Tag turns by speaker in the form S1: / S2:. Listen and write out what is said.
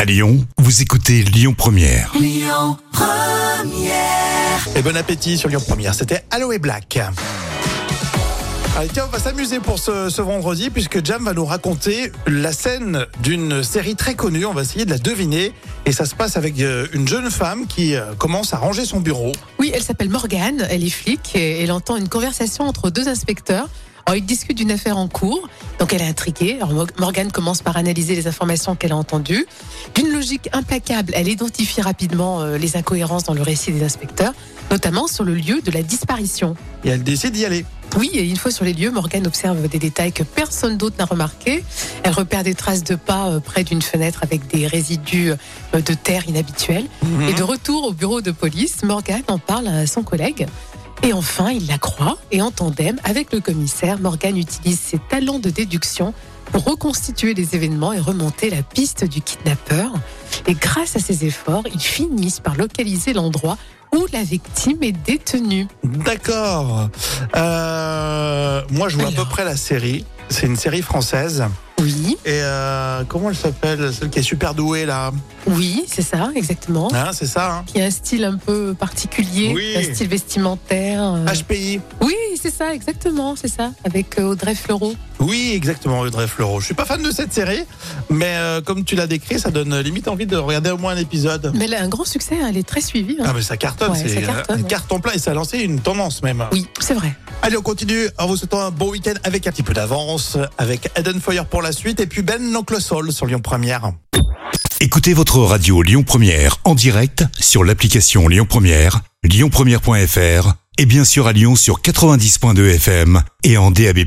S1: À Lyon, vous écoutez Lyon Première.
S2: Et bon appétit sur Lyon Première. C'était Aloe Black. Allez, tiens, on va s'amuser pour ce, ce vendredi puisque Jam va nous raconter la scène d'une série très connue. On va essayer de la deviner. Et ça se passe avec euh, une jeune femme qui euh, commence à ranger son bureau.
S3: Oui, elle s'appelle Morgane, elle est flic et elle entend une conversation entre deux inspecteurs. Alors, ils discutent d'une affaire en cours, donc elle est intriguée. Alors, Mo- Morgane commence par analyser les informations qu'elle a entendues. D'une logique implacable, elle identifie rapidement euh, les incohérences dans le récit des inspecteurs, notamment sur le lieu de la disparition.
S2: Et elle décide d'y aller.
S3: Oui, et une fois sur les lieux, Morgane observe des détails que personne d'autre n'a remarqués. Elle repère des traces de pas euh, près d'une fenêtre avec des résidus euh, de terre inhabituels. Et de retour au bureau de police, Morgane en parle à son collègue. Et enfin, il la croit et en tandem avec le commissaire, Morgane utilise ses talents de déduction pour reconstituer les événements et remonter la piste du kidnappeur. Et grâce à ses efforts, ils finissent par localiser l'endroit où la victime est détenue.
S2: D'accord. Euh, moi, je vois à peu
S3: Alors.
S2: près la série. C'est une série française.
S3: Oui,
S2: Et euh, comment elle s'appelle Celle qui est super douée, là.
S3: oui, c'est ça, exactement.
S2: Hein, c'est ça, hein
S3: Il y a un style un peu particulier,
S2: Oui. Ah,
S3: un style vestimentaire. euh.
S2: HPI.
S3: Oui, c'est ça, exactement, c'est ça, avec euh, Audrey Fleurot.
S2: Oui, exactement, Audrey Fleurot. Je suis pas fan de cette série, mais euh, comme tu l'as décrit, ça donne limite envie de regarder au moins un épisode.
S3: Mais elle a un grand succès, hein, elle est très suivie. hein.
S2: Ah mais ça cartonne,
S3: Ouais,
S2: c'est
S3: ça
S2: un
S3: cartonne, ouais.
S2: carton plein et ça a lancé une tendance même.
S3: Oui, c'est vrai.
S2: Allez, on continue en vous souhaitant un bon week-end avec un petit peu d'avance, avec Eden Foyer pour la suite et puis Ben l'oncle Sol sur Lyon Première.
S1: Écoutez votre radio Lyon Première en direct sur l'application Lyon Première, lyonpremière.fr et bien sûr à Lyon sur 90.2 FM et en DAB+.